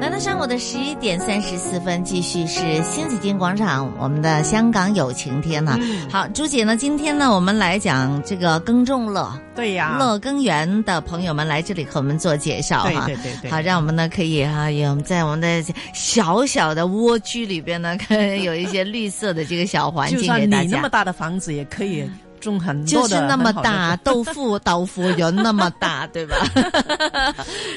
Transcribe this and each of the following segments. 来到上午的十一点三十四分，继续是新紫金广场，我们的香港有晴天呢、嗯好，朱姐呢，今天呢，我们来讲这个耕种乐，对呀，乐耕园的朋友们来这里和我们做介绍对哈对。对对，好，让我们呢可以哈，有在我们的小小的蜗居里边呢， 可以有一些绿色的这个小环就境算给你大那家嗯么。大的房子，也可以种很就多是的，那么很好的大，豆腐豆腐有那么大， 对吧？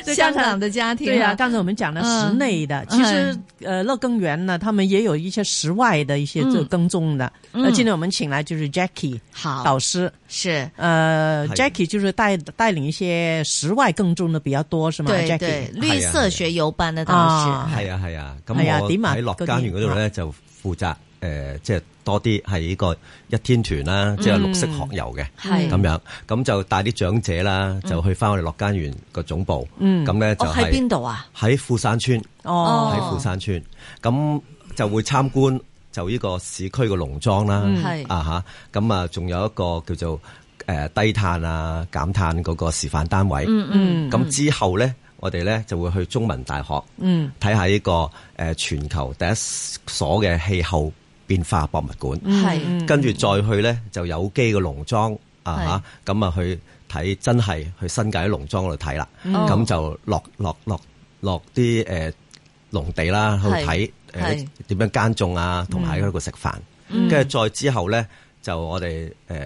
所以香刚才港的家庭对呀、啊刚才我们讲了室内的，嗯其实呃，乐耕园呢，他们也有一些室外的一些嗯这个耕种的。呃嗯那今天我们请来就是 Jackie 好导师，是，呃是，Jackie 就是带带领一些室外耕种的比较多是吗对对， ？Jackie 哎绿係色啊學友班呢倒是。啊，係啊係啊，咁係啊我點啊喺樂嗰啲家園嗰度咧就負責誒、呃即係多啲係呢個一天團嗯啦，即係綠色學遊嘅。係咁樣，咁就帶啲長者啦，就去翻我哋樂家園個總部。嗯咁咧就哦，喺邊係度啊？喺富山村，哦，喺富山村，咁就會參觀就呢個市區嘅農莊啦嗯。係啊嚇，咁啊仲有一個叫做誒低碳啊減碳嗰個示範單位。嗯嗯，嗯咁之後咧，我哋咧就會去中文大學。嗯睇下呢個誒、呃全球第一所嘅氣候變化博物館，係嗯跟住再去呢，就有機嘅農莊啊嚇，咁啊去睇真係去新界啲農莊嗰度睇啦，哦咁、就落落落落啲誒農地啦，去睇係誒點樣耕種啊，同埋喺嗰度食飯，嗯跟住、再之後呢，就我哋誒、呃、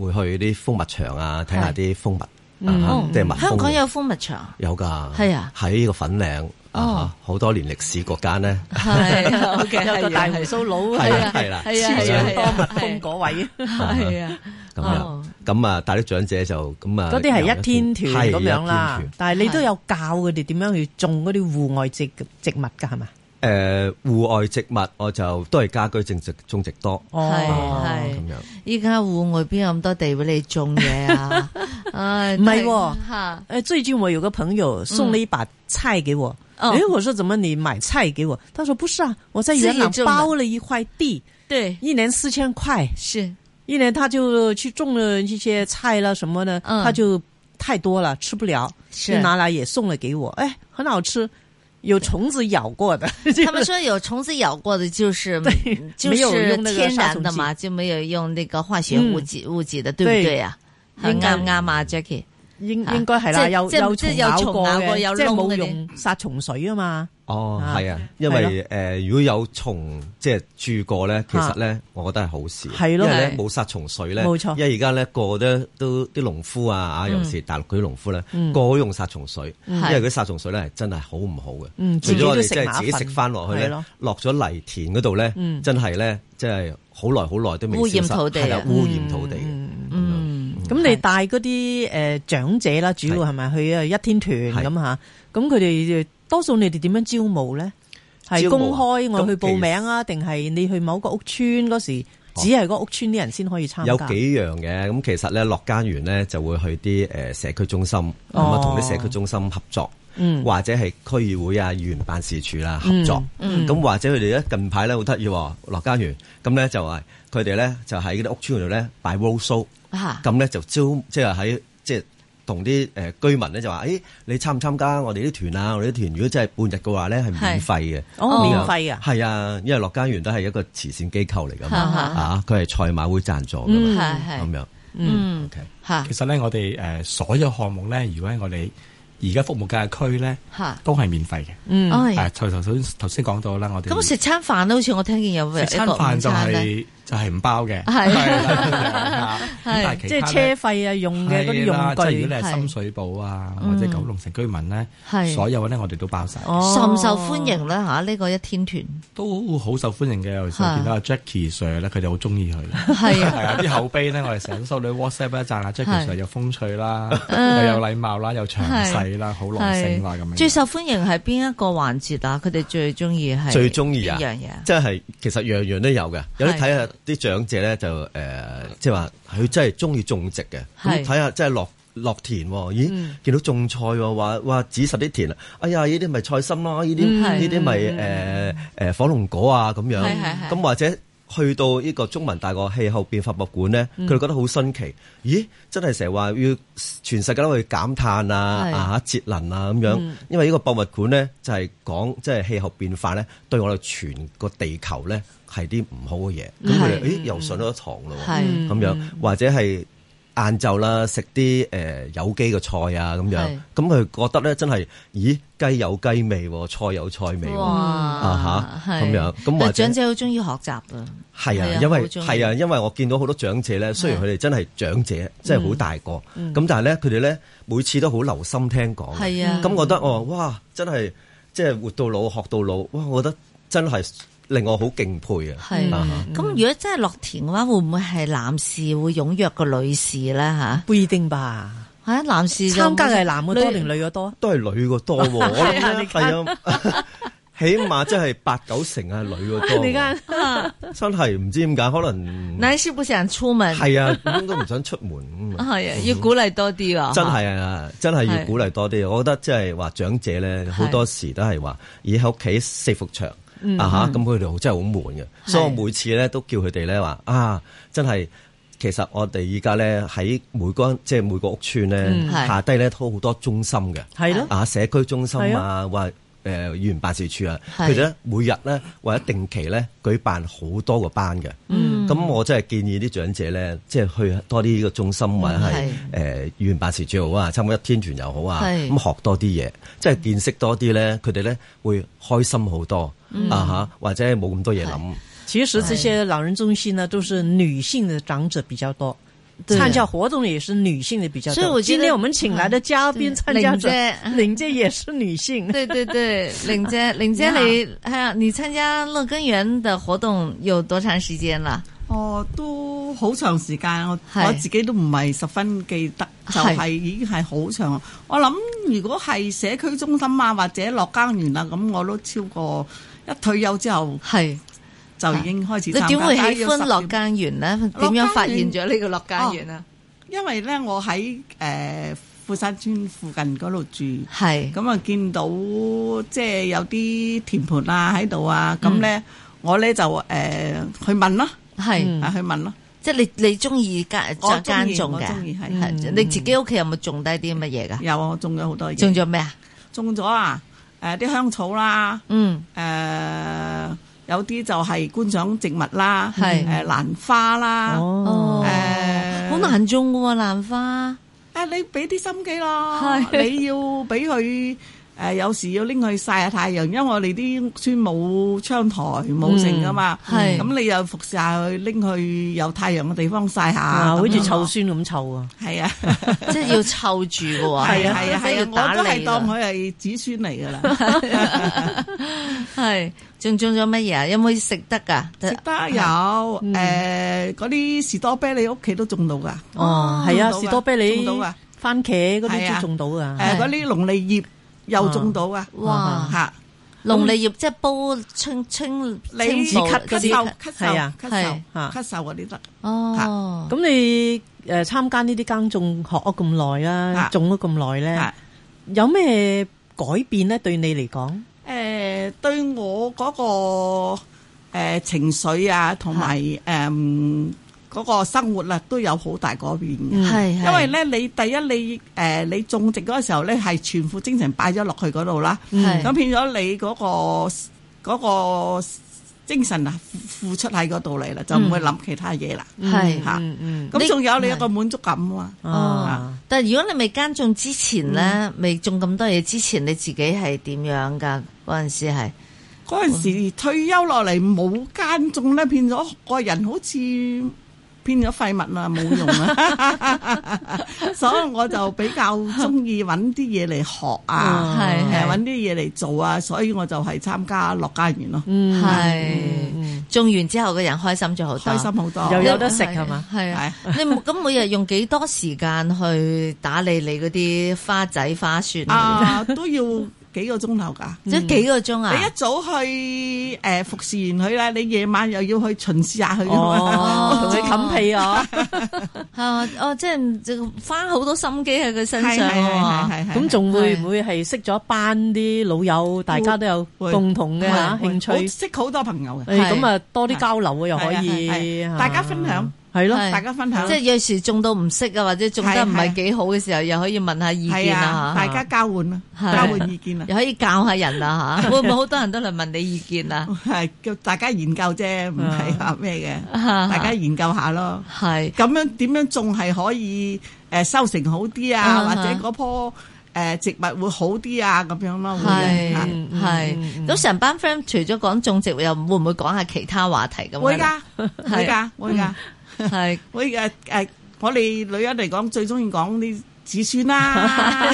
會去啲蜂蜜場啊，睇下啲蜂蜜。啊嗯哈哦即係蜜蜂香港有蜂蜜場，有㗎，係啊喺呢個粉嶺啊哦哈，好多年歷史嗰 間咧，係 OK，有個大胡鬚佬係係啦係啦，係啊黐係啊上係多啊蜜蜂嗰位，係啊，咁哦樣，咁啊帶啲長者就咁啊，嗰啲係一天係團咁樣啦一天。但係你都有教佢哋點樣去種嗰啲戶外植植物㗎係咪？團誒呃戶外植物我就都係家居種植種植多，哦係啊係咁樣。依家戶外邊有咁多地俾你種嘢啊？唉，唔係真喎嚇呃，最近我有个朋友送了一把菜给我，哎、哦我说怎么你买菜给我？他说不是啊，我在元朗自己种的包了一块地，對，一年四千块，是一年他就去种了一些菜啦什么的，嗯。他就太多了吃不了，就是拿来也送了给我，哎，很好吃，有虫子咬过的，他们说有虫子咬过的，就是就没有是用那个天杀然虫的剂嘛，就没有用那個化學物質物質的，對唔對對啊？係應該啱唔啱啊，Jackie？应啊应该系啦，即有即有即虫有咬蟲过咬過嘅，有即系窿冇嗰啲用杀虫水啊嘛，哦，啊係啊，因係啊為誒如果有蟲即係住過咧，其實咧我覺得係好事，係因咯為咧係冇殺蟲水咧，冇錯嗯因為而家咧個個都都啲農夫啊啊，尤其是大陸嗰啲農夫咧，個個都用殺蟲水，因為嗰啲殺蟲水咧係真係好唔好嘅嗯，除咗我哋自己即都食埋係自己一份食翻落去係咧咯，落咗泥田嗰度咧，真係咧即係好耐好耐都未污染消失土地啊係啦污染土地嘅。嗯，咁你帶嗰啲誒長者啦，主要係係咪去啊一天團咁嚇？咁佢哋多數你哋點樣招募咧？係招募公啊開我去咁其實報名啊，定係你去某個屋村嗰時，只係個屋村啲人先可以參加？有幾樣嘅，咁其實咧樂家園咧就會去啲誒社區中心，咁啊哦同啲社區中心合作，嗯或者係區議會啊、議員辦事處啦合作，咁、嗯或者佢哋咧近排咧好得意喎，樂家園咁咧就係佢哋咧就喺嗰啲屋村嗰度咧擺 road show，嚇咁咧就招即係喺即係。同啲誒居民咧就話：，誒、你參唔參加我哋啲團啊？我哋啲團如果真係半日嘅話咧，係免費嘅。哦，免哦費啊！係啊，因為樂家園都係一個慈善機構嚟㗎嘛，哈哈啊，佢係賽馬會贊助㗎嗯嘛，係咁係，樣。嗯 OK，嚇其實咧，我哋誒、呃所有項目咧，如果喺我哋而家服務嘅區咧，嚇。都係免費嘅。啊嗯，哎誒、頭頭頭先頭先講到啦，我哋咁食餐飯咧，好似我聽見有食餐飯就係係即就係唔包嘅， 係啦咁但係即其係他車咧費啊，用嘅嗰啲係啦即係如用果具嗯你係深水埗啊，或者九龍城居民係咧，所有咧我哋都包晒，哦受唔受歡迎咧吓？呢個一天團都好受歡迎嘅。尤其是係我見到阿 Jackie Sir 咧，佢哋好中意佢。係啊係啊，啲口碑咧，我哋成日都收到 WhatsApp 啊 咧，讚下 Jackie 係嗯 Sir 又風趣啦，又有禮貌啦，又詳細啦，好耐性啦咁最樣。受歡迎係邊一個環節啊？佢哋最中意係最中意啊邊樣嘢？即係其實樣樣都有嘅，有啲係啊睇下啲長者咧就誒，呃即係話佢真係中意種植嘅，係嗯咁睇下真係落落田喎，咦見到種菜喎，話哇指實啲田啊，哎呀呢啲咪菜心咯，呢啲嗯呢啲咪誒誒火龍果啊咁樣係係係，咁或者。去到呢個中文大學氣候變化博物館咧，嗯佢哋覺得好新奇。咦，真係成日話要全世界都去減碳啊係嗯啊！啊節能啊咁樣，因為呢個博物館咧就係講即係氣候變化咧，對我哋全個地球咧係啲唔好嘅嘢。咁佢哋係誒又上咗一堂咯喎，係嗯咁樣或者係晏晝啦，食啲誒有機嘅菜啊咁樣係，咁佢覺得咧真係，咦雞有雞味喎，菜有菜味哇喎。啊吓係咁樣咁或者長者好中意學習啊，係係啊啊，因好為中意係啊，因為我見到好多長者咧，雖然佢哋真係長者，真係好大個，咁、但係咧佢哋咧每次都好留心聽講嘅，係啊咁、我覺得哦，哇，真係即係活到老學到老，哇，我覺得真係令我好敬 佩啊！係啊咁如果真係落田嘅話，會唔會係男士會踴躍過女士咧吓？不一定吧？吓，男士就參加嘅係男嘅多女定女嘅多？都係女個多 喎，我諗呢係啊， 起碼真係八九成係女個多喎，真係唔知點解，可能啊男士不想出門，係係啊，咁都唔想出門咁啊。啊，要鼓勵多啲啊，真係啊，真係要鼓勵多啲。我覺得即係話長者咧，好多時都係話，而喺屋企四幅牆啊嚇，咁佢哋好真係好悶嘅。所以我每次咧都叫佢哋咧話啊，真係其實我哋而家咧喺每個即係每個屋村咧係下低咧都好多中心嘅。係咯，啊社區中心係啊，或誒議員辦事處啊，係佢哋咧每日咧或者定期咧舉辦好多個班嘅。嗯咁我真係建議啲長者咧，即係去多啲呢個中心或者係誒議員辦事處好啊，參加一天團又好啊，嗯係咁學多啲嘢，即係見識多啲咧，佢哋咧會開心好多嗯啊嚇，或者冇咁多嘢諗。其實這些老人中心呢，都是女性的長者比較多，對參加活動的也是女性的比較多。所以我覺得今天我們請來的嘉賓嗯參加者玲，玲姐也是女性。对对 对，玲姐，玲姐你系啊，你参加乐根源的活動有多長時間啦？哦，都好長時間，我係我自己都唔係十分記得，就係係、已經係好長。我諗如果係社區中心啊，或者落耕園啦，咁我都超過一退休之後係就已經開始嗯你參加。點會喜但係歡要樂10點間園呢？點樣發現咗呢個樂間園啊？因為咧我喺誒、呃、富山村附近嗰度住，係咁啊見到即係有啲田盤啊喺度啊，咁嗯咧、我咧就誒、呃去問啦，係，啊去問咯。即係你你中意耕我作耕鍾意種我嘅，鍾意係嗯係你自己屋企有冇種低啲乜嘢噶？有啊，我種咗好多嘢。種咗咩啊？種咗啊，誒、啲香草啦，誒、嗯，有啲就係觀賞植物啦，係誒、蘭花啦，誒、哦哦，好難種嘅喎蘭花， 呃你俾啲心機咯，係 你要俾佢誒有時要拎去曬下太陽，因為我哋啲屋村冇窗台冇剩噶嘛，係咁、你又服侍下佢，拎去有太陽嘅地方曬下，啊，好似咁樣臭咯，酸咁臭啊！係啊， 即係要湊住嘅喎，係 啊，係啊，即係要係啊，打我都理係當㗎。佢係子孫嚟噶啦。係仲種咗乜嘢啊？有冇食得㗎？食得有誒嗰啲士多啤梨屋企都種到噶，哦，係啊，種到㗎士多啤梨種到㗎、番茄嗰係啲啊都種到噶。誒嗰啲龍利葉又種到噶，哇嚇！龍利葉即係煲清清你清咳補咳啲嗽係咳嗽啊咳係嗽啊咳嗽嗰啲得，哦，咁你誒參加呢啲耕種學咗咁耐啦，啊種咗咁耐咧嚇，有咩改變咧？對你嚟講，誒呃對我嗰個誒情緒啊，同埋誒嗰個生活啊，都有好大改變嘅。係因為咧，你第一你誒、你種植嗰個時候咧，係全副精神擺咗落去嗰度啦。嗯係咁變咗你嗰、個嗰、個精神啊，付付出喺嗰度嚟啦，就唔會諗其他嘢啦。係嚇嗯嗯咁仲有你你有個滿足感啊嘛。哦啊，，但係如果你未耕種之嗯前咧，未種咁多嘢之前，你自己係點樣㗎？嗰陣時係嗰陣時退休落嚟冇耕種咧，變咗個人好似變咗廢物啦，冇用 啊！所以我就比較中意揾啲嘢嚟學哦啊，嗯係係誒揾啲嘢嚟做啊，所以我就係參加樂家園咯，嗯，係種完之後嘅人開心咗好多，嗯開心好多。又你有得食係嘛？係啊，係 你每咁每日用幾多時間去打理你嗰啲花仔花蒜啊？ 啊，都要幾個鐘頭㗎。即係幾個鐘你一啊？早去誒、服侍完佢啦，你夜晚又要去巡視下佢㗎嘛。哦，同你冚被啊！啊哦，即係就花好多心機喺佢身係上啊嘛！係係係係咁仲會係唔會係識咗一班啲老友，大家都有會共同嘅嚇係興我趣？識好多朋友嘅，誒咁啊，多啲交流啊，又可以係啊係啊嚇大家分享，係咯。係大家分享，即係有時種到唔識啊，或者種得唔係幾好嘅時候，又可以問下意係見啊，大啊，家交換啊，係交換 意見啊，又可以教下人啊， 嚇會唔會好多人都嚟問你意見啊？係叫大家研究啫，唔係話咩嘅， 大大家研究下咯。係咁樣點樣種係可以誒收成好啲啊，啊哈或者嗰棵誒植物會好啲啊，咁樣咯，會嘅係嚇嗯係，咁成班 friend 除咗講種植，又會唔會講下其他話題咁樣？啊會，㗎，會㗎，會㗎。係 會嘅誒，我哋女人嚟講最中意講啲子孫啦，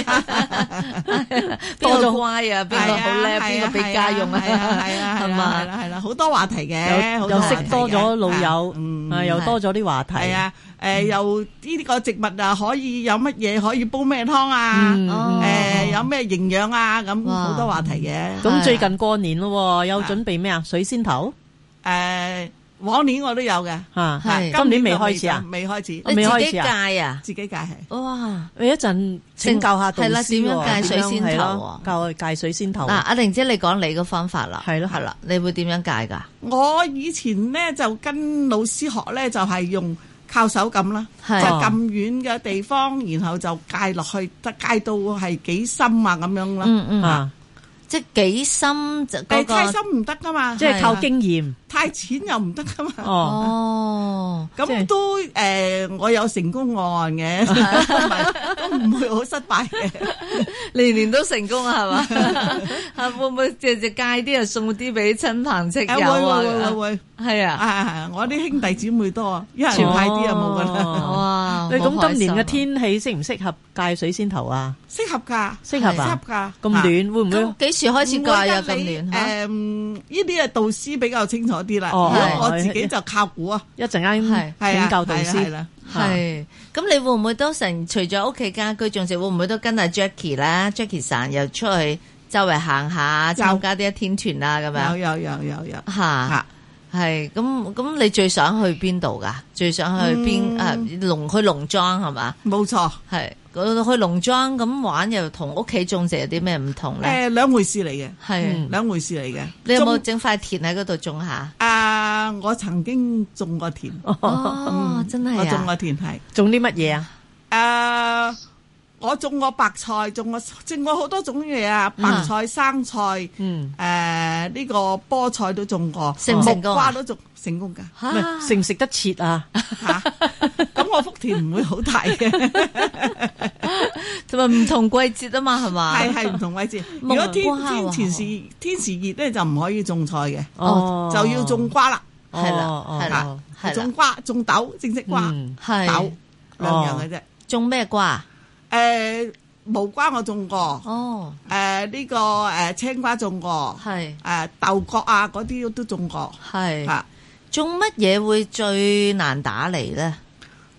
邊個乖啊？邊個好係叻？啊邊個俾家用啊？係啊係啊係係啊係嘛？啦係啦，好多話題嘅，又好又話識題嘅多咗老友，嗯啊又係多咗啲話題，係啊誒，又呢個植物啊，可以有乜嘢可以煲咩湯啊？嗯哦誒，有咩營養啊？咁哇好多話題嘅係啊咁最近過年咯喎，有準備咩啊？水仙頭誒，往年我都有嘅，嚇，係嚇今年未就開始啊就未開始，我你未自開己始戒啊？自己戒係。哇！你一陣請教下導師係啦喎點樣戒水仙頭啊點樣係咯教佢戒水仙頭嗱，阿玲姐，你講你個方法啦，係咯係啦，你會點樣戒㗎？我以前咧就跟老師學咧，就係用靠手撳啦，就係撳遠嘅地方，然後就戒落去，得戒到係幾深啊咁樣啦。嗯嗯，啊，即係幾深就嗰但係太個深唔得噶嘛，即係靠經驗太淺又唔得噶嘛。哦。哦。即係咁都誒，我有成功個案嘅， 唔係都唔會好失敗嘅。年年都成功啊，係嘛？ 啊，會唔會借隻戒啲啊，送啲俾親朋戚誒會友啊？會會會係啊啊，啊！我啲兄弟姊妹多啊，一人派啲就冇噶啦，哦哇！喂好咁開今年心啊嘅天氣適唔適合戒水仙頭啊？適合㗎，適合適啊合？㗎，咁啊暖會唔會咁？幾時開始戒啊？唔會㗎今年你嚇誒呢啲啊導師比較清楚啲啦。哦如果係我自己就靠估啊，一陣係間係啊請教導係啊係師啦。係，咁你會唔會都成除咗屋企家居，仲食會唔會都跟阿 Jackie 啦？Jackie 神又出去周圍行下，有參加啲一天團啊，咁有樣有有有有啊吓嚇。係咁咁，你最想去邊度噶？最想去邊？誒，農去農莊係嘛？冇錯。係嗰去農莊咁玩，又同屋企種植有啲咩唔同咧？誒兩回事嚟嘅，係嗯兩回事嚟嘅。你有冇種？整塊田喺嗰度種下？啊，我曾經種過田，哦，真係我種啊！過田係。種啲乜嘢啊？誒，我種過白菜，種過種過好多種嘢啊，嗯白菜、生菜，嗯，誒呢個菠菜都種過，成唔成功木啊瓜都種成功㗎。嚇喂食唔食得切啊？嚇，咁我幅田唔會好大嘅。同埋唔同季節啊嘛，係嘛？係係唔 同位置。如木果天瓜喎天前時天時熱咧，就唔可以種菜嘅，啊哦就要種瓜啦。係啦哦，係啦哦，係啦種。瓜、種豆、正式瓜、嗯係豆兩樣嘅啫。種咩瓜？誒無瓜我種過，哦，誒呢個誒青瓜種過，係誒豆角啊嗰啲都啊種過。係嚇，種乜嘢會最難打嚟咧？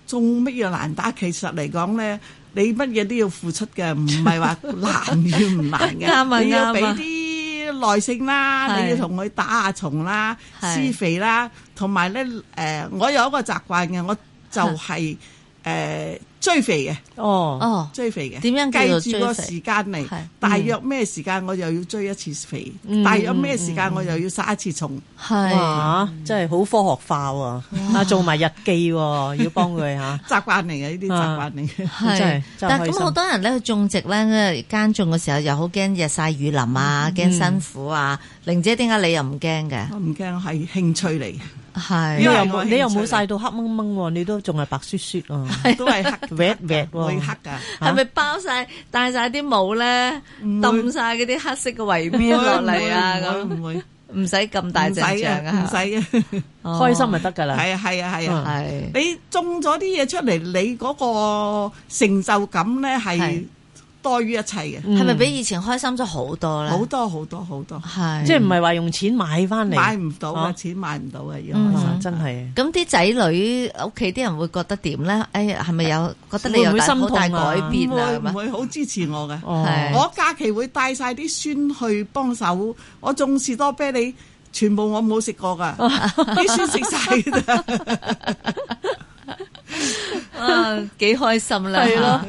種乜嘢難打？其實嚟講咧。你乜嘢都要付出嘅，唔係話難與唔難嘅。 啱啊你要啱俾啊啲耐性啦，係你要同佢打下蟲啦、係施肥啦，同埋咧誒，我有一個習慣嘅，我就係、誒、追肥嘅，哦，哦，追肥嘅。點樣叫做計住追個肥時間嚟係？大約咩時間我又要追一次肥？嗯大約咩時間我又要殺一次蟲？係哇，真係好科學化嗯喎！啊，做埋日記 喎，要幫佢嚇。習慣嚟嘅呢啲習慣嚟嘅。真係係，真係但開咁心好多人咧去種植咧，間種嘅時候又好驚日曬雨淋啊，驚辛苦啊。玲姐點解你又唔驚嘅？我唔驚係興趣嚟你係又因為冇我你又興趣冇嚟晒到黑掹掹喎，你都仲係白雪雪啊， 嘅，都係黑滑滑喎會黑㗎。係咪包晒戴晒啲帽咧，唔會揼晒嗰啲黑色嘅圍唔會邊落嚟啊？唔會咁唔會唔使咁大唔陣使仗啊，唔啊，嗯使啊，系哦開心就得㗎啦。啊係啊係啊。係你種咗啲嘢出嚟，你嗰個成就感咧係係多於一切嘅，嗯係咪比以前開心咗好多咧？好多好多好多，係即係唔係話用錢買翻嚟？買唔到啊嘅錢買唔到嘅，要嗯開哇心真係咁啲仔女屋企啲人會覺得點咧？哎呀，係咪有覺得你會唔有會大心好大痛啊改變唔啊？會咁唔啊會好支持我嘅。哦係我假期會帶晒啲孫去幫手，我種士多啤梨，全部我冇食過噶，啲孫食晒㗎咋。啊， 幾開心啦！係咯嚇，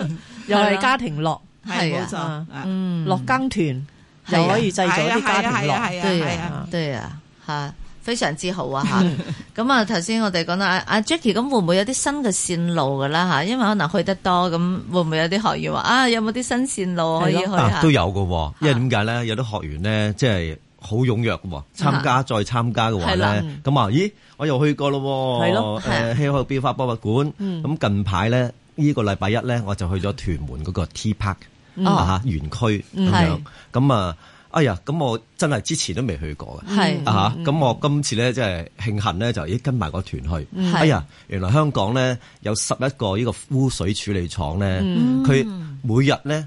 又係家庭樂，係係啊冇錯，啊嗯，樂耕團係啊又可以製造係一啊啲家庭樂。係啊係啊對係啊啊，對啊，嚇，非常之好啊 嚇！咁啊，頭先我哋講到阿阿 Jackie，咁會唔會有啲新嘅線路㗎啦嚇？因為可能去得多，咁會唔會有啲學員話啊，有冇啲新線路可以去啊下？都有嘅喎，因為點解咧？有啲學員咧，即係好踴躍嘅喎，參加再參加嘅話係啦咧，咁啊，咦，我又去過咯喎，係咯係啊誒希海變化博物館，嗯咁近排咧，呢個禮拜一咧，我就去咗屯門嗰個 T Park 啊嚇園區咁樣係，咁啊，哎呀，咁我真係之前都未去過嘅。嗯係啊嚇！咁我今次咧即係慶幸咧，就咦跟埋個團去。嗯哎呀，原來香港咧有十一個呢個污水處理廠咧，嗯佢每日咧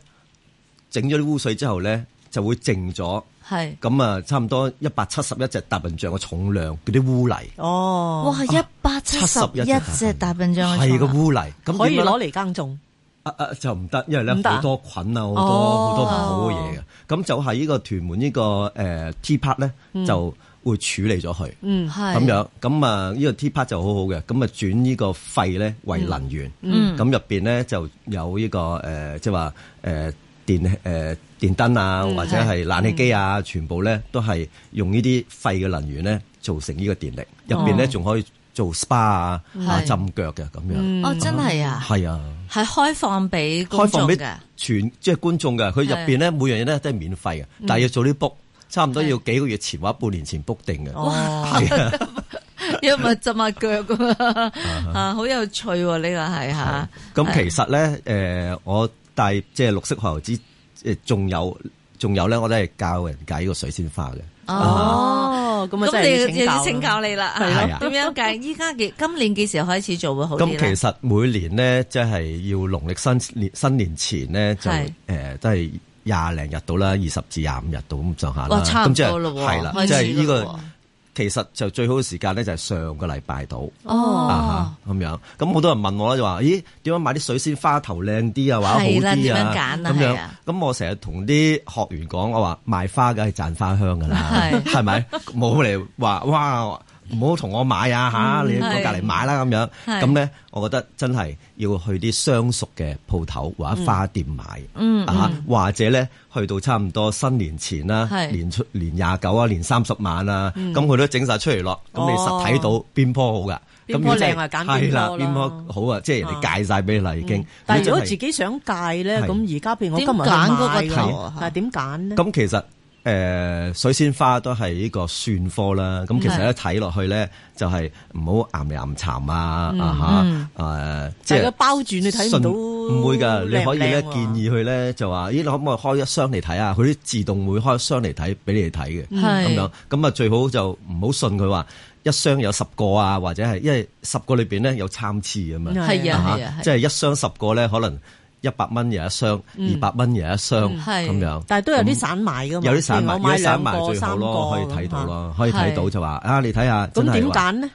整咗啲污水之後咧就會淨咗，係咁啊差唔多一百七十一隻大笨象嘅重量嗰啲污泥，哦，哇！一百七十一隻大笨象嘅係個床污泥，咁可以點樣呢攞嚟耕種。啊啊就唔得，因為咧唔得啊好多菌啊，好多哦好多唔好嘅嘢嘅。咁就喺呢個屯門呢個誒 T part 咧就會處理咗佢。嗯，係咁樣咁啊，呢個 T part 就好好嘅，咁啊轉呢個廢咧為能源，嗯咁入邊咧就有呢、個誒、呃即係話誒電誒、呃、電燈啊，嗯或者係冷氣機啊，全部咧都係用呢啲廢嘅能源咧做成呢個電力，入邊哦咧仲可以做 SPA 啊、啊係浸腳嘅咁樣，哦，真係啊，係、啊。係開放俾公開放眾俾 嘅，啊全即係觀眾嘅，佢入邊咧每樣嘢咧都係免費嘅，嗯但係要做啲 book，差唔多要幾個月前或者半年前 book 定嘅。哦，因為浸下腳咁啊，好有趣喎！呢個係啊嚇，咁其實咧，誒、我帶即係綠色海油之，誒呃仲有仲有咧，我都係教人解呢個水仙花嘅。哦，咁啊咁真係你又要請教你。你啦，啊係嚇咯點樣計？依家幾今年幾時開始做會好咁啲咧其？實每年咧，即係要農曆新年新年前咧，就係誒、都係廿零日到啦，二十至廿五日到咁上下啦。哇差唔咁即係多咯喎係啦，開始即係呢嘞喎個其實就最好嘅時間咧，就係上個禮拜到。哦啊，咁樣，咁好多人問我啦，就話：咦，點樣買啲水仙花頭靚啲啊，或者好係啦啲點樣揀啊啊？咁係樣啊，咁我成日同啲學員講，我話賣花梗係賺花香㗎啦 係，係咪？冇嚟話哇，唔好同我買啊吓，你嗯係我隔離買啦咁樣。係咁咧，我覺得真係要去啲相熟嘅鋪頭或者花店買，嗯啊，或者咧去到差唔多新年前啦係，嗯年出年廿九啊，年三十晚啊，咁佢都整晒出嚟咯，咁你哦實睇到邊棵好㗎。邊棵靚啊揀邊係啦棵，啦邊棵好啊？即係人哋戒晒俾你啦，已經。但係如果你真係自己想戒咧，係咁而家譬如我今點日去買揀嗰個㗎頭啊但係點揀咧？咁其實誒、呃水仙花都係呢個蒜科啦，咁其實一睇落去咧就係唔好岩嚟岩殘啊啊嚇誒，即但係係佢包住你睇唔到信唔啊會㗎，你可以咧靚唔靚喎建議佢咧就話：咦，你可唔可以開一箱嚟睇啊？佢啲自動會開一箱嚟睇俾你哋睇嘅，係咁樣咁啊最好就唔好信佢話一箱有十個啊，或者係因為十個裏邊咧有參差咁樣。係啊啊係啊係即係一箱十個咧，可能一百蚊有一箱，二百蚊有一箱係咁樣。但係都有啲散賣㗎嘛，有啲散譬賣，如有我買啲兩散個賣最好咯，可以三個睇到咁咯，可以睇到係就話啊，你睇下嚇。真咁係點話揀咧？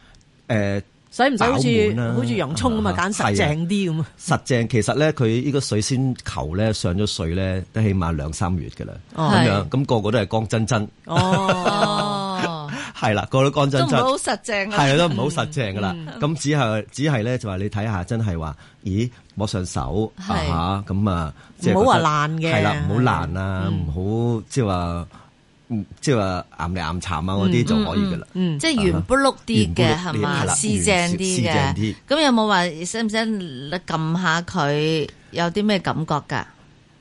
誒使唔使好飽滿似啦好似洋葱咁啊？啊揀實正啲 咁啊？實正，其實咧佢呢個水仙球咧上咗水咧，都起碼兩三月㗎啦，哦咁樣咁個個都係乾真真，哦，啊哦，係啦，個個都乾 都唔真係真。好實 淨啊，係啦，都唔好實正噶啦。嗯咁只係只係咧，就話你睇下，真係話，咦，摸上手係啊嚇，咁啊，即係唔好話覺得爛嘅係啦，唔好爛啊，嗯唔好即係話，嗯即係話岩嚟岩殘啊嗰啲就可以噶啦。嗯，即係圓不碌啲嘅圓係不碌啲嘛係，啦試正啲試正嘅啲。咁有冇話使唔使撳下佢有啲咩感覺㗎？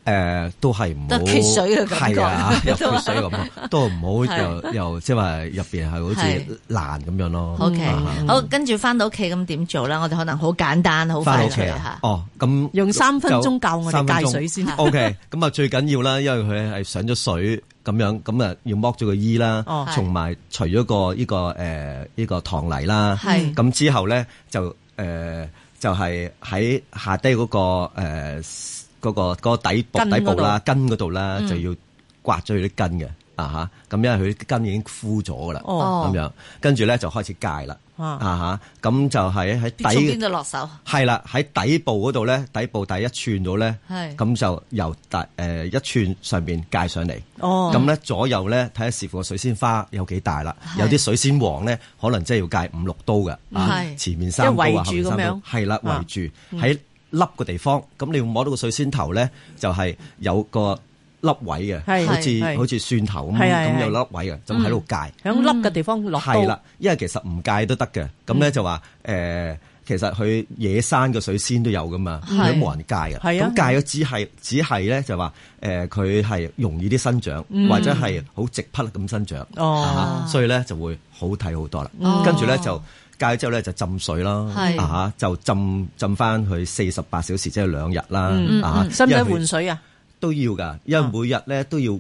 誒都係唔嗯都好係缺水嘅感覺係啊， 有缺水嘅感覺，都唔好又又即係話入邊係好係似爛咁樣咯。 O K，啊好，跟住翻到屋企咁點做啦？我哋可能好簡單，好翻快屋企脆啊吓！，哦，咁用三分鐘就教我三分哋鐘戒水 先。 O K，咁啊最緊要啦，因為佢係上咗水咁樣，咁啊要剝咗個衣啦哦，同埋除咗個呢個誒呢個糖泥啦，係咁之後咧就誒就係喺下低嗰個誒嗰個嗰個底部根嗰底度部啦，根嗰度啦嗯就要刮咗佢啲根嘅啊嚇，咁因為佢啲根已經枯咗噶啦，哦，咁樣跟住咧就開始戒啦啊，啊嚇，咁就係喺從邊底。度落手？係啦，喺底部嗰度咧，底部第一寸度咧，係咁就由大誒、呃一寸上邊界上嚟，哦，咁咧左右咧睇下視乎個水仙花有幾大啦，係有啲水仙王咧可能真係要界五六刀嘅，啊係前面三刀即係圍啊，後住面咁三刀樣，係啦啊圍住喺凹個地方，咁你會摸到個水仙頭咧就係、有個凹位嘅，係好似係好似蒜頭係咁係嗯咁係有凹位嘅，就喺度界。響凹嘅地方落刀係，啦，因為其實唔戒都得嘅，嗯咁咧就話誒、呃其實佢野生嘅水仙都有噶嘛，係佢都冇人戒嘅。係啊咁戒咗只係只係咧就話誒，佢、係容易啲生長，或者係好直匹咁生長，嗯哦啊哈所以咧就會好睇好多啦。哦跟住咧就戒咗之後咧就浸水啦，係啊哈就浸浸翻佢四十八小時，即係兩日啦嗯，啊哈使唔使因為佢換水啊？啊都要㗎，因為每日咧都要，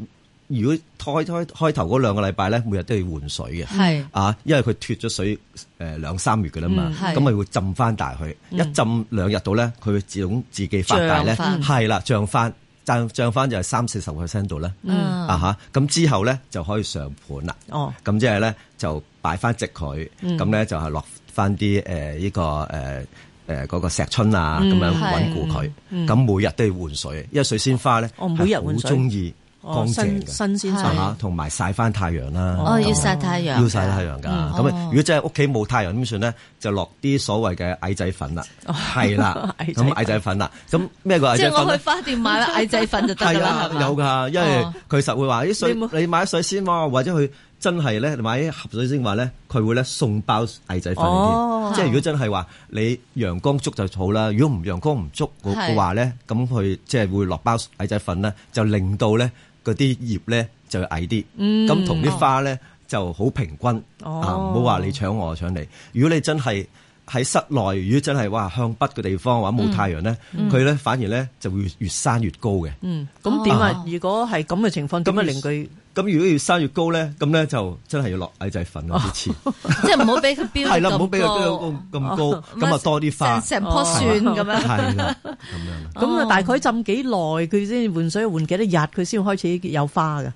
如果開開開頭嗰兩個禮拜咧，每日都要換水嘅。係啊，因為佢脱咗水誒兩三月嘅啦嘛嗯，係咁咪會浸翻大佢，嗯一浸兩日到咧，佢會自動自己發大漲咧，返係啦，漲翻，漲漲翻就係三四十 percent 度啦，嗯啊嚇，咁之後咧就可以上盤啦，哦，咁即係咧就擺翻直佢，嗯咁咧就係落翻啲誒呢個誒。誒嗰個石春啊，嗯咁樣係穩固佢，咁每日都要換水，因為水仙花咧哦每日係好換水中意哦乾淨新嘅。新鮮啊水，哈同埋曬翻太陽啦。哦咁要曬太陽㗎要曬太陽㗎。咁哦啊，如果真係屋企冇太陽點算咧？就落啲所謂嘅矮仔粉啦，哦係 啦，矮仔粉咁矮仔粉啦，咁咩個矮即仔係粉我咧去？花店買啦，矮仔粉就得㗎係啦啊，，係嘛有㗎，因為哦佢實會話啲你冇水，你買啲水仙喎，或者佢真係咧買啲盒水仙話咧，佢會咧送包矮仔粉哦嚟添。即係如果真係話你陽光足就好啦，如果唔陽光唔足嘅係嘅話咧，咁佢即係會落包矮仔粉咧，就令到咧嗰啲葉咧就矮啲，嗯咁同啲花咧就好平均啊！哦唔好話你搶我，我搶你。如果你真係喺室內，如果真係哇向北嘅地方或嗯者冇太陽咧，佢咧反而咧就會越生越高嘅。嗯，咁點啊哦？如果係咁嘅情況，點啊令佢咁如果越生越高咧，咁咧就真係要落矮仔粉咯，啲錢即係唔好俾佢飆係啦，到唔好俾佢哦咁哦咁高咁高，咁啊啊多啲高，花成，成棵蒜咁樣。係啦，咁樣。咁啊？大概浸幾耐佢先換水？換幾多日佢先開始有花㗎？誒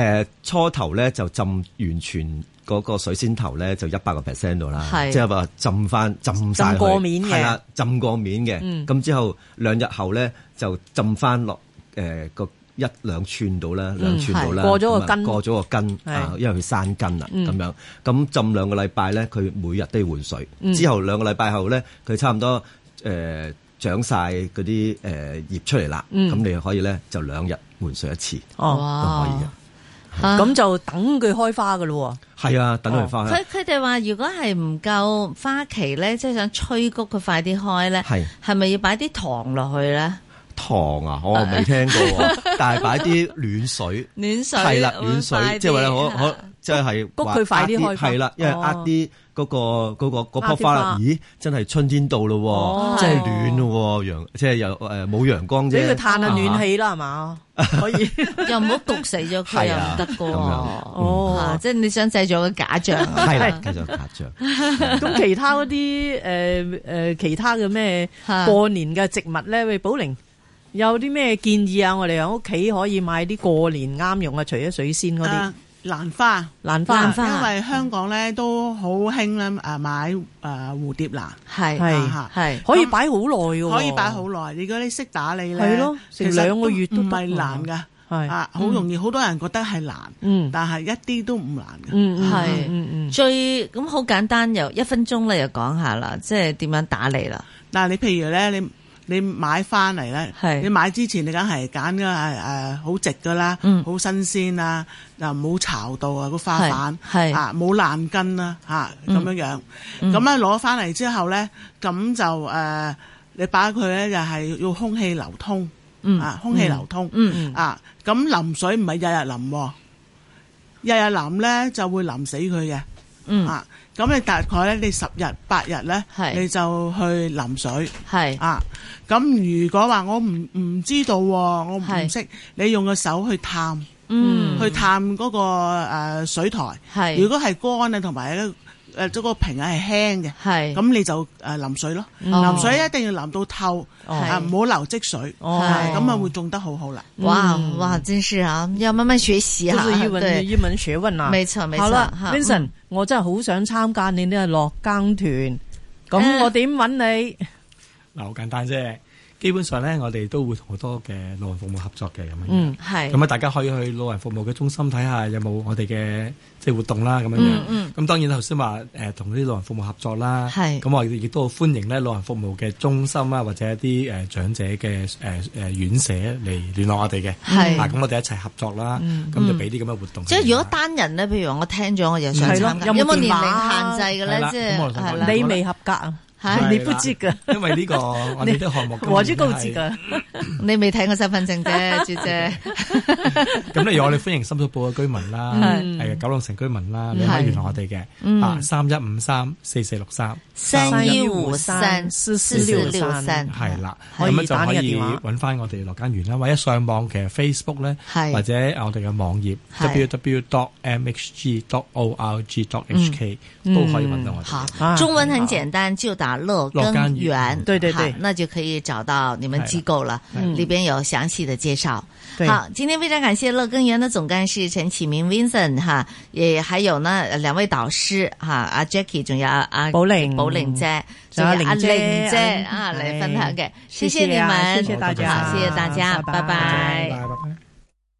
呃初頭咧就浸完全嗰個水仙頭咧就一百個 percent 度啦，係即係話浸翻浸晒佢浸過面嘅係啦，浸過面嘅。嗯咁、之後兩日後咧就浸翻落誒個一兩寸度啦，兩寸度嗯啦，係過咗個咁啊根過咗個根係嗯啊，因為佢生根啦咁樣。咁浸兩個禮拜咧，佢每日都要換水。嗯之後兩個禮拜後咧，佢差唔多誒。呃長晒嗰啲誒葉出嚟啦，咁、你就可以咧就兩日換水一次，嗯哦，都可以嘅。啊咁就等佢開花㗎咯係啊，等佢翻去。佢佢哋話如果係唔夠花期咧，即係想催谷佢快啲開咧，係係咪要擺啲糖落去咧？糖 啊，我未聽過喎，但係擺啲暖水，暖水係啦，咁樣暖水，快即係話咧，啲可可即係谷佢快啲開花係啦，因為哦呃啲嗰個嗰個呃嗰棵啲花花啦，咦，真係春天到哦咯喎，真係暖咯喎，陽即係又誒冇陽光喎，啫，俾佢嘆下暖氣啦，係嘛？可以， 又唔好焗死咗佢係又唔啊得噶咁樣喎。啊哦，即係你想製造個假象。啊係啦，繼續拍掌。咁其他嗰啲誒誒其他嘅咩嚇過年嘅植物咧？喂，寶玲有啲咩建議啊？我哋喺屋企可以買啲過年啱用啊，除咗水仙嗰啲啊蘭花，蘭花蘭花因為香港咧都好興咧誒買誒蝴蝶蘭，係係啊係可以擺好耐嘅喎，可以擺好耐。如果你識打理咧，係咯成其實兩個月都唔得係㗎難噶，係啊好容易。好多人覺得係難，嗯但係一啲都唔難嘅。嗯嗯係嗯嗯最咁好簡單，又一分鐘咧，又講下啦，即係點樣打理啦。嗱，你譬如咧，你你買翻嚟咧係，你買之前你梗係揀嘅係誒好直噶啦，好、嗯新鮮啊，又冇巢到啊個花瓣，係係啊冇爛根啦嚇咁樣樣，咁咧攞翻嚟之後咧，咁就誒、呃你擺佢咧就係要空氣流通。嗯啊，空氣流通，嗯啊，咁淋水唔係日日淋喎，日日淋咧就會淋死佢嘅。嗯，啊，咁你大概咧，你十日八日咧係，你就去淋水係啊。咁如果話我唔唔知道喎，我係唔識，你用個手去探，嗯去探嗰、個、呃、水台。係如果係乾啊，同埋咧誒嗰個瓶係輕嘅，係咁你就誒淋水咯。哦淋水一定要淋到透，哦啊唔好流積水，哦啊咁啊會種得好好啦。哇哇，真是啊，要慢慢学习就啊，是一文对，一文學問啊。沒錯沒錯好啦哈，Vincent，我真係好想參加你呢個落耕團，嗯咁我點揾你？嗱，好簡單啫。基本上咧，我哋都會同好多嘅老人服務合作嘅咁樣樣。嗯係咁啊，大家可以去老人服務嘅中心睇下有冇我哋嘅即係活動啦，咁樣樣。嗯嗯咁當然頭先話誒同啲老人服務合作啦，係咁我哋亦都好歡迎咧老人服務嘅中心啊，或者一啲誒、呃、長者嘅誒誒院舍嚟聯絡我哋嘅。係嗯啊，咁我哋一齊合作啦，咁、就俾啲咁嘅活動佢哋啦。即係如果單人咧，譬如我聽咗我就想係咯參加，有冇有冇電年齡話限制嘅係咧？啦即咁我係想係問啦你，你未合格啊？係 啦你不知㗎，因為 呢個我哋啲項目根本我知告係知㗎。你未睇我身份證啫，朱 姐。咁例如我哋歡迎深水埗嘅居民啦，嗯誒九龍城居民嗯啦，你可以聯絡我哋嘅，啊三一五三四四六三，三一五三315四四六三，係啦，可以咁就打呢可個以電話揾翻我哋樂間園啦，或者上網其實 Facebook 咧，係或者我哋嘅網頁係 www.mhg.org.hk 嗯都可以揾到我嗯哋啊好嘅。，啊中文很简单，就打乐耕耕园园，对对对好那就可以找到你们机构了，嗯里边有详细的介绍。对好，今天非常感谢乐耕园的总干事陈启明 Vincent 哈，也还有呢呃两位导师哈，阿 Jackie 仲有阿阿寶玲宝玲姐，仲仲有有阿玲姐玲姐嗯啊嚟係分享嘅，谢谢你啊们，谢谢大家，好谢谢大家，拜拜拜。拜拜。